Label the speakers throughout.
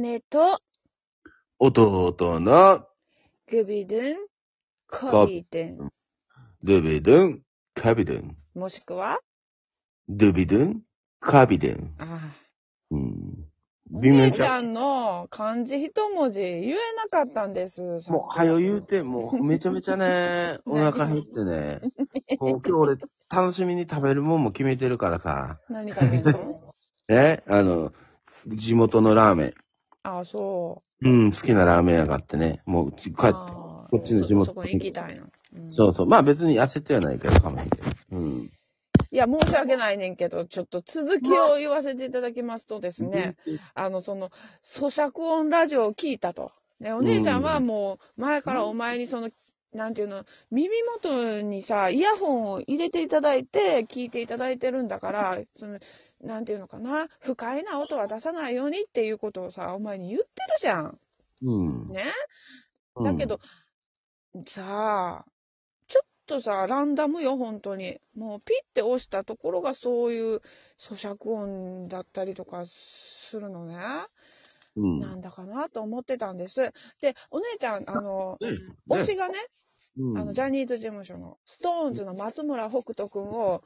Speaker 1: 姉と、
Speaker 2: 弟の
Speaker 1: グビドゥン、コビドゥン、
Speaker 2: ドゥビドゥン、カビドゥン。
Speaker 1: もしくは、
Speaker 2: ドゥビドゥン、カビドゥン。
Speaker 1: あ
Speaker 2: う
Speaker 1: あ、
Speaker 2: ん。微妙
Speaker 1: お姉
Speaker 2: ち
Speaker 1: ち
Speaker 2: ゃ
Speaker 1: ゃ
Speaker 2: ん。
Speaker 1: んの漢字一文字言えなかったんです。さっき
Speaker 2: もう、はよ言うて、もう、めちゃめちゃね、 お腹減ってね。もう今日俺、楽しみに食べるもんも決めてるからさ。
Speaker 1: 何食べんの
Speaker 2: えあの、地元のラーメン。
Speaker 1: ああ、そ
Speaker 2: うん、好きなラーメン屋があってね。もう、うち
Speaker 1: う。
Speaker 2: 帰って。
Speaker 1: ああ
Speaker 2: こっちの地元
Speaker 1: そそこに行きたいな。うん
Speaker 2: そうそう。まあ別に痩せてはないから、かまへんけど。うん。
Speaker 1: いや、申し訳ないねんけど、ちょっと続きを言わせていただきますとですね、あの、その、咀嚼音ラジオを聞いたと。ね、お姉ちゃんはもう、前からお前にその、なんていうの、耳元にさ、イヤホンを入れていただいて、聞いていただいてるんだから、その、なんていうのかな、不快な音は出さないようにっていうことをさ、お前に言ってるじゃん。
Speaker 2: うん。
Speaker 1: ね。
Speaker 2: うん
Speaker 1: だけ、ど、さあ、ちょっとさ、ランダムよ、本当に。もうピッて押したところがそういう咀嚼音だったりとかするのね。
Speaker 2: うん。
Speaker 1: なんだかなと思ってたんです。で、お姉ちゃん、あの、
Speaker 2: ね
Speaker 1: 推しがね、
Speaker 2: うん
Speaker 1: あの、ジャニーズ事務所の、ストーンズの松村北斗くんを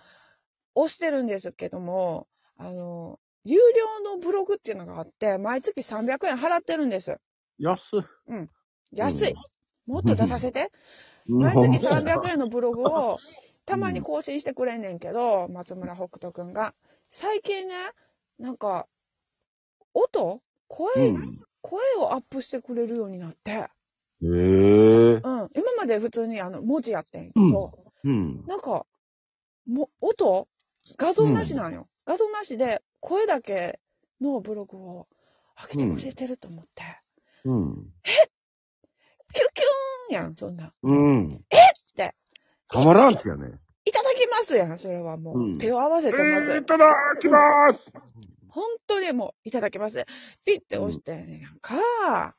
Speaker 1: 推してるんですけども、あの、有料のブログっていうのがあって、毎月300円払ってるんです。
Speaker 2: 安っ。
Speaker 1: 安い。もっと出させて。
Speaker 2: 毎
Speaker 1: 毎月300円のブログ をたまに更新してくれんねんけど、松村北斗くんが。最近ね、なんか、音声、
Speaker 2: うん。
Speaker 1: 声をアップしてくれるようになって。
Speaker 2: へえ。
Speaker 1: うん。今まで普通にあの、文字やってんけ
Speaker 2: うん
Speaker 1: ど、
Speaker 2: うん。
Speaker 1: なんか、も、音画像なしなんよ。画像なしで、声だけのブログを上げてくれてると思って。
Speaker 2: うん。
Speaker 1: キュキューンやん、そんなん。
Speaker 2: うん。え
Speaker 1: て。
Speaker 2: たまらんっすよね。
Speaker 1: いただきますやん、それはもう。
Speaker 2: うん
Speaker 1: 手を合わせてまず。
Speaker 2: ただきます
Speaker 1: 本当にもう、いただきます。ピッて押して、なんか、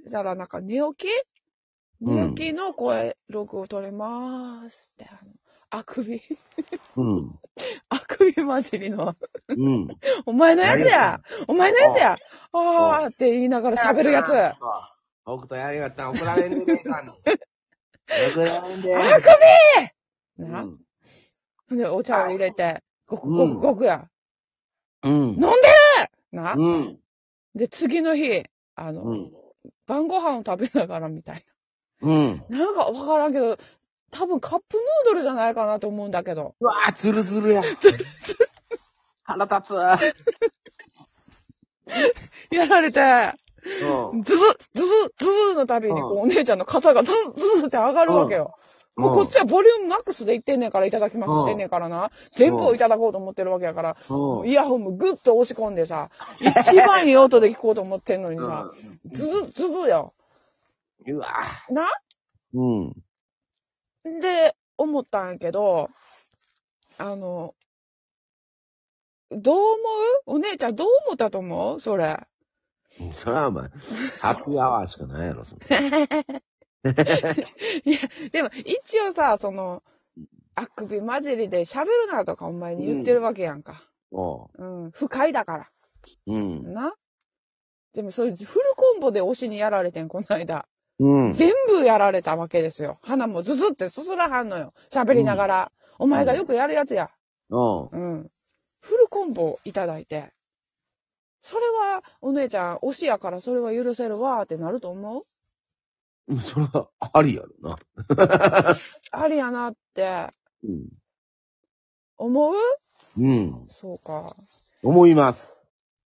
Speaker 1: そしたらなんか寝起き
Speaker 2: うん
Speaker 1: 寝起きの声、録を取れまーすって、あの、あくび、
Speaker 2: うん。
Speaker 1: あくび混じりの、
Speaker 2: うん。
Speaker 1: お前のやつやお前のやつやあーって言いながら喋るやつあ
Speaker 2: 北斗やりがった。怒られんでねえかんの。怒られんで。
Speaker 1: くび
Speaker 2: う
Speaker 1: なんで、お茶を入れて、ごくごくごくや。
Speaker 2: うん。
Speaker 1: 飲んでるな
Speaker 2: うん。
Speaker 1: で、次の日、あ
Speaker 2: う
Speaker 1: の、
Speaker 2: ん。
Speaker 1: 晩ご飯を食べながらみたいな。
Speaker 2: うん。
Speaker 1: なんかわからんけど、多分カップヌードルじゃないかなと思うんだけど。
Speaker 2: うわぁ、ズルズルや。腹立
Speaker 1: やられて、
Speaker 2: つ。うん。
Speaker 1: ズズ、ズズ、ズズのたびに、こう、お姉ちゃんの肩がズズ、ズズって上がるわけよ。もうこっちはボリュームマックスでいってんねんから、いただきますしてんねんからな。全部をいただこうと思ってるわけやから、
Speaker 2: うん。
Speaker 1: イヤホンもグッと押し込んでさ、一番いい音で聞こうと思ってんのにさ、ズズ、ズズよ。
Speaker 2: うわ
Speaker 1: な
Speaker 2: うん。
Speaker 1: で、思ったんやけど、あの、どう思うお姉ちゃんどう思ったと思うそれ。
Speaker 2: それはお前、ハッピーアワーしかないやろ、そんな
Speaker 1: でも、一応さ、その、あくび混じりで喋るなとかお前に言ってるわけやんか。
Speaker 2: おう。
Speaker 1: うん、不快だから。
Speaker 2: うん。
Speaker 1: な。でも、それ、フルコンボで推しにやられてん、この間。
Speaker 2: うん。
Speaker 1: 全部やられたわけですよ。鼻もズズってすすらはんのよ。喋りながら。お前がよくやるやつや。
Speaker 2: おう。
Speaker 1: うん。フルコンボいただいて。それは、お姉ちゃん、推しやからそれは許せるわーってなると思う
Speaker 2: それは、ありやろな。
Speaker 1: ありやなって、
Speaker 2: うん。
Speaker 1: 思う
Speaker 2: うん。
Speaker 1: そうか。
Speaker 2: 思います。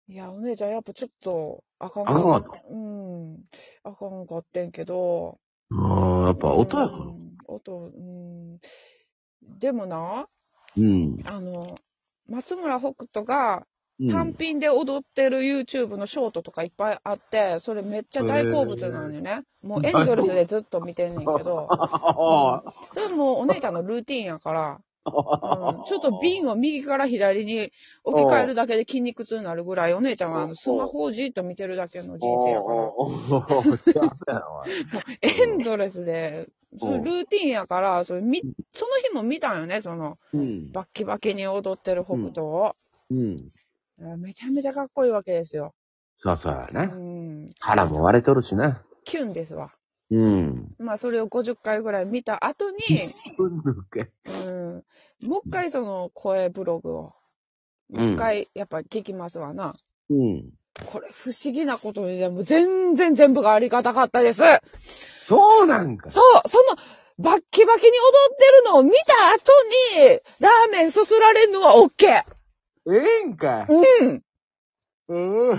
Speaker 1: いや、お姉ちゃん、やっぱちょっと、あかん
Speaker 2: あかんかっ
Speaker 1: うん。あかんかってんけど。
Speaker 2: うん、やっぱ音やか
Speaker 1: う
Speaker 2: ら。
Speaker 1: ん音、うん。でもな、
Speaker 2: うん。
Speaker 1: あの、松村北斗が
Speaker 2: うん
Speaker 1: 単品で踊ってる YouTube のショートとかいっぱいあって、それめっちゃ大好物なのよね。もうエンドレスでずっと見てんねんけ ど、
Speaker 2: ああ。
Speaker 1: それもうお姉ちゃんのルーティンや から、うんちょっと瓶を右から左に置き換えるだけで筋肉痛になるぐらい、お姉ちゃんはあのスマホをじっと見てるだけの人生やから、
Speaker 2: おうおうおう幸せやなおい
Speaker 1: エンドレスで、そのルーティンやから、それみその日も見たんよね、その、
Speaker 2: うん。
Speaker 1: バッキバキに踊ってる北斗を。
Speaker 2: うん。
Speaker 1: めちゃめちゃかっこいいわけですよ。
Speaker 2: そうそうや
Speaker 1: う
Speaker 2: な。
Speaker 1: ん。
Speaker 2: 腹も割れとるしな。
Speaker 1: キュンですわ。
Speaker 2: うん。
Speaker 1: まあ、それを50回ぐらい見た後に、うん、もう一回その声ブログを、
Speaker 2: う
Speaker 1: もう一
Speaker 2: ん。
Speaker 1: 回やっぱ聞きますわな。
Speaker 2: うん。
Speaker 1: これ不思議なことに、でも全然全部がありがたかったです。
Speaker 2: そうなんか。
Speaker 1: そう、その、バッキバキに踊ってるのを見た後に、ラーメンすすられるのはオッケ
Speaker 2: ええんか
Speaker 1: ー。。うん。
Speaker 2: う
Speaker 1: わ
Speaker 2: ん。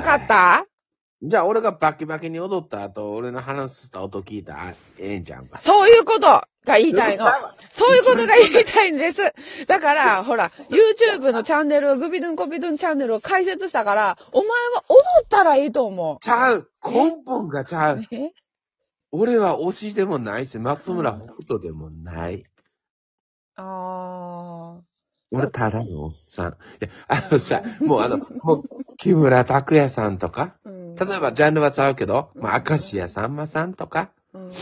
Speaker 1: かっ。た
Speaker 2: じゃあ、俺がバキバキに踊った後、俺の話した音聞いたら、あええんちゃうんか。
Speaker 1: そういうことが言いたいの。
Speaker 2: う
Speaker 1: そういうことが言いたいんです。だから、ほら、YouTube のチャンネル、グビドゥンコビドゥンチャンネルを開設したから、お前は踊ったらいいと思
Speaker 2: ちゃう根本がちゃう
Speaker 1: う。え
Speaker 2: 俺は推しでもないし、松村北斗でもない。
Speaker 1: あ
Speaker 2: 俺、ただのおっさん。いや、あのさ、もうあの、もう、木村拓哉さんとか、
Speaker 1: あ。うん
Speaker 2: 例えばジャンルは違うけど、まあ、明石家さんまさんとか、
Speaker 1: うん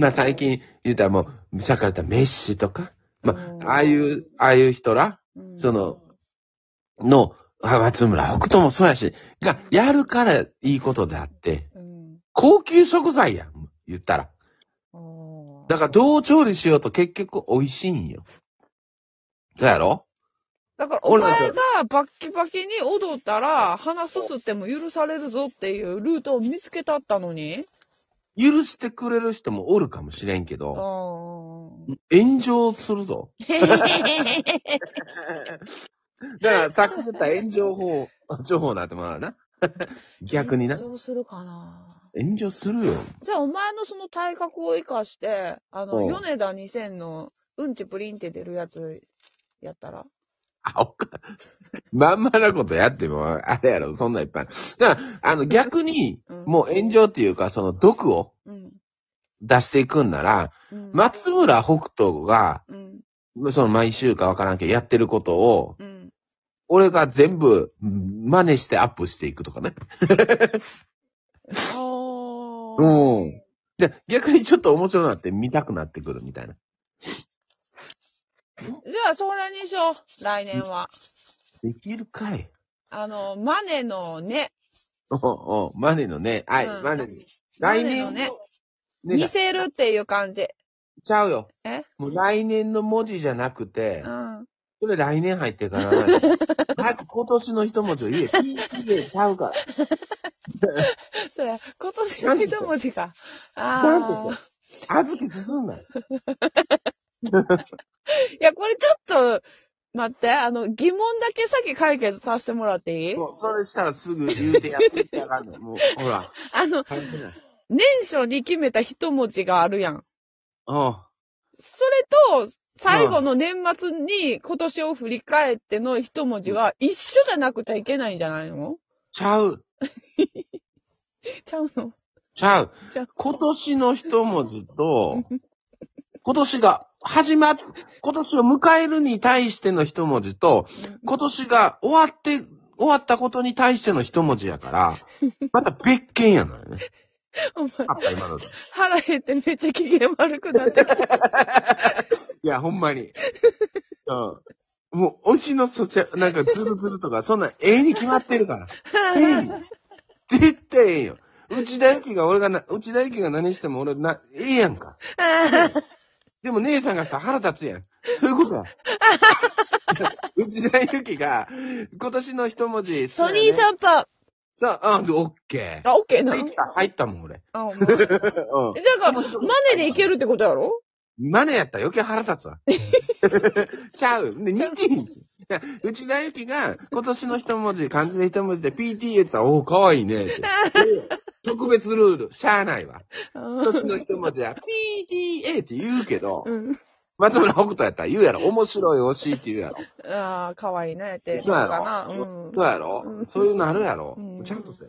Speaker 2: まあ、最近言うたらもう、社会だったらメッシとか、ま
Speaker 1: うん
Speaker 2: あ、ああいう、ああいう人ら、
Speaker 1: うん
Speaker 2: その、の、あ松村北斗もそうやし、が、やるからいいことであって、
Speaker 1: うん
Speaker 2: 高級食材やん、言ったら。
Speaker 1: あー
Speaker 2: だからどう調理しようと結局美味しいんよ。そうやろ
Speaker 1: だから、お
Speaker 2: 俺
Speaker 1: 前
Speaker 2: なんか
Speaker 1: がバッキバキに踊ったら、鼻すすっても許されるぞっていうルートを見つけたったのに。
Speaker 2: 許してくれる人もおるかもしれんけ
Speaker 1: あ
Speaker 2: ど、
Speaker 1: ー
Speaker 2: 炎上するぞ。だ からさっき言った炎上法、情報なんてもらうな。逆にな。
Speaker 1: どうするかな。
Speaker 2: 炎上するよ。
Speaker 1: じゃあ、お前のその体格を生かして、あの、
Speaker 2: うん
Speaker 1: 米田2000のうんちプリンって出るやつやったら。
Speaker 2: あ、おっか。まんまなことやっても、あれやろ、そんなんいっぱい。だから、あの逆に、
Speaker 1: うん
Speaker 2: もう炎上っていうか、その毒を
Speaker 1: うん。
Speaker 2: 出していくんなら、
Speaker 1: うん、
Speaker 2: 松村北斗が、
Speaker 1: うん。
Speaker 2: その毎週かわからんけど、やってることを、
Speaker 1: うん。
Speaker 2: 俺が全部、うん真似してアップしていくとかね。
Speaker 1: あー
Speaker 2: うん。じゃあ逆にちょっと面白くなって見たくなってくるみたいな。
Speaker 1: じゃあ、相談にしよう。来年は。
Speaker 2: できるかい
Speaker 1: あの、マネのね。
Speaker 2: おうおうマネのね、はい、
Speaker 1: うん
Speaker 2: マネの。
Speaker 1: マ
Speaker 2: 来
Speaker 1: ネの
Speaker 2: 年
Speaker 1: ね。
Speaker 2: ね
Speaker 1: 似せるっていう感じ。
Speaker 2: ちゃうよ。
Speaker 1: え
Speaker 2: もう来年の文字じゃなくて、
Speaker 1: うん。
Speaker 2: それ来年入ってからな。 早く今年の一文字を言え。PTA ちゃうから。
Speaker 1: そうや、今年の一文字か。
Speaker 2: なん
Speaker 1: あ
Speaker 2: で
Speaker 1: あ。
Speaker 2: さ、あずき進んない。
Speaker 1: いや、これちょっと、待って、あの、疑問だけ先解決させてもらっていい
Speaker 2: もう、それしたらすぐ言うてやっていってやがんの。もう、ほら。
Speaker 1: あの、
Speaker 2: 関 係ない。
Speaker 1: 年初に決めた一文字があるやん。
Speaker 2: おう
Speaker 1: それと、最後の年末に今年を振り返っての一文字は一緒じゃなくちゃいけないんじゃないの
Speaker 2: ちゃう。
Speaker 1: ちゃうの
Speaker 2: ちゃう
Speaker 1: ちゃう。
Speaker 2: 今年の一文字と、今年が始まっ、今年を迎えるに対しての一文字と、今年が終わって、終わったことに対しての一文字やから、また別件やのよね。
Speaker 1: お前、
Speaker 2: あった、今ので。
Speaker 1: 腹減ってめっちゃ機嫌悪くなってきた。
Speaker 2: いや、ほんまに。うん。もう、推しのそちら、なんか、ズルズルとか、そんなん、ええに決まってるから。ええよ。絶対ええよ。内田有紀が俺がな、内田有紀が何しても俺な、ええやんか。でも姉さんがさ、腹立つやん。そういう ことや。内田有紀が、今年の一文字、
Speaker 1: ソニー
Speaker 2: ん。
Speaker 1: シャンパン。
Speaker 2: さあ、あ、オッケー。
Speaker 1: あ、オッケーな。
Speaker 2: 入った、入ったもん、俺。
Speaker 1: あ、お前。えじ
Speaker 2: うん。
Speaker 1: ゃあ、マネでいけるってことやろ
Speaker 2: マネやったら余計腹立つ わ。ちゃう。で、似てんですよ。いや内田有紀が今年の一文字、漢字の一文字で PT やったら、おお、かわいい ねって。特別ルール、しゃあないわ。今年の一文字 は PTA って言うけど、
Speaker 1: うん。
Speaker 2: 松村北斗やったら言うやろ。面白い、惜しいって言うやろ。
Speaker 1: ああ、かわいいな、やって。
Speaker 2: そうや
Speaker 1: かな。う
Speaker 2: ろ
Speaker 1: ん。。
Speaker 2: そうやろ。そういうのあるやろ
Speaker 1: うん。
Speaker 2: ちゃんとせ。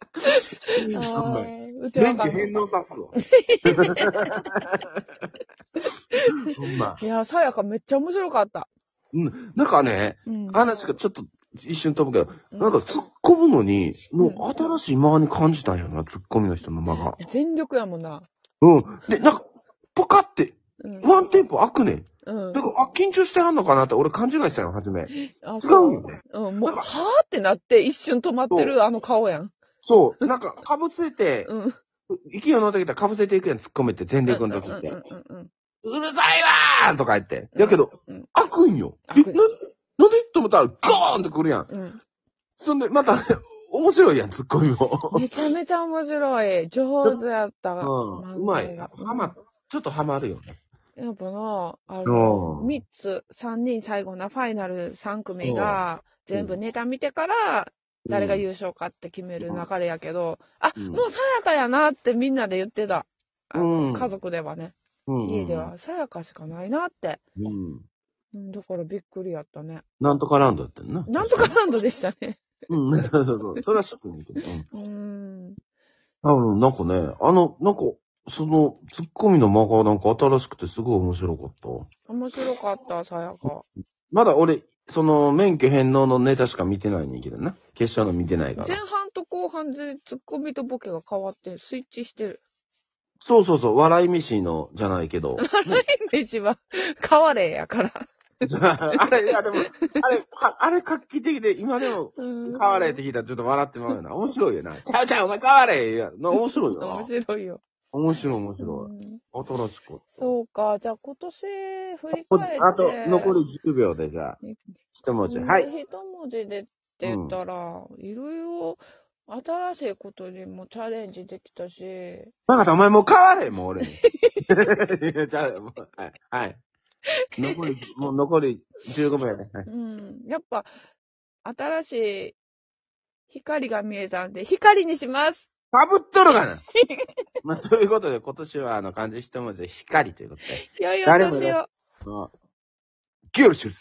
Speaker 1: はーい。うちは
Speaker 2: 免
Speaker 1: わかん
Speaker 2: 許
Speaker 1: ない
Speaker 2: 返納 さすわ。ほんま。
Speaker 1: いや、さやかめっちゃ面白かった。
Speaker 2: うん。なんかね、
Speaker 1: うん。
Speaker 2: 話がちょっと一瞬飛ぶけど、
Speaker 1: うん
Speaker 2: なんか突っ込むのに、も
Speaker 1: うん
Speaker 2: う新しい間に感じたんやな、突っ込みの人の間が。
Speaker 1: 全力やもんな。
Speaker 2: うん。で、なんか、ポカって、
Speaker 1: うん。
Speaker 2: ワンテンポ開くねん。
Speaker 1: うん
Speaker 2: だ。から、あ、緊張してはんのかなって俺勘違いしたよ、初め。違
Speaker 1: あ
Speaker 2: うよね。
Speaker 1: うん、もう、
Speaker 2: なんか
Speaker 1: はぁってなって一瞬止まってるあの顔やん。
Speaker 2: そう。なんか、かぶせて、
Speaker 1: うん。
Speaker 2: 息を乗ってきたらかぶせていくやん、突っ込めて、全力の時って。
Speaker 1: う
Speaker 2: うん
Speaker 1: うんうんうん
Speaker 2: るさいわーとか言って。だけど、
Speaker 1: うん
Speaker 2: 開くんよ。え、
Speaker 1: 開
Speaker 2: な
Speaker 1: く、
Speaker 2: なんでと思ったら、ゴーンってくるやん。
Speaker 1: うん。
Speaker 2: そんで、また、 面白いやん、突っ込みも。
Speaker 1: めちゃめちゃ面白い。上手やった。
Speaker 2: うん、うまいな。はま、ちょっとはまるよね。
Speaker 1: やっぱな、あの、
Speaker 2: うん
Speaker 1: 3つ、3人最後な、ファイナル3組が、全部ネタ見てから、誰が優勝かって決める流れやけど、あ、
Speaker 2: うん
Speaker 1: もうさやかやなってみんなで言ってた。あの
Speaker 2: うん
Speaker 1: 家族ではね。
Speaker 2: うん
Speaker 1: 家ではさやかしかないなって。
Speaker 2: うん。
Speaker 1: うん、だからびっくりやったね。
Speaker 2: なんとかラウンドやってんな。
Speaker 1: なんとかランドでしたね。
Speaker 2: うん、 そうそうそう。それは知ってんねんけど。うん
Speaker 1: うーん。
Speaker 2: 多分、なんかね、あの、なんか、その、ツッコミの間がなんか新しくてすごい面白かった。
Speaker 1: 面白かった、さやか。
Speaker 2: まだ俺、その、免許返納のネタしか見てないねんけどな。決勝の見てないか
Speaker 1: 前
Speaker 2: ら。
Speaker 1: 半と後半でツッコミとボケが変わってる、スイッチしてる。
Speaker 2: そうそうそう、笑い飯の、じゃないけど。
Speaker 1: 飯は変われやから。
Speaker 2: あれ、いやでも、あれ、かあれ画期的で、今でも、
Speaker 1: 変
Speaker 2: 変われって聞いたらちょっと笑ってまうよな。面白いよな。ちゃうちゃう、お前変われやな、面白いよな。
Speaker 1: 面白いよ。
Speaker 2: 面白い、面白
Speaker 1: うん
Speaker 2: い。新しく。
Speaker 1: そうか。じゃあ今年振り
Speaker 2: こ
Speaker 1: 返って。
Speaker 2: あと、残り10秒で、じゃあ、一文字。
Speaker 1: うん
Speaker 2: はい。
Speaker 1: 一文字でって言ったら、いろいろ新しいことにもチャレンジできたし、
Speaker 2: なんかったお前もう変われ、もう 俺に。いや、ちゃうよ、もう。はい。はい。残り、もう残り15秒やね。はい
Speaker 1: うん。やっぱ、新しい光が見えたんで、光にします
Speaker 2: かぶっとるがな。まあ、ということで、今年は、あの、漢字一文字で光ということで。
Speaker 1: 良いお
Speaker 2: 誰も
Speaker 1: 年を
Speaker 2: あのギュルシュルス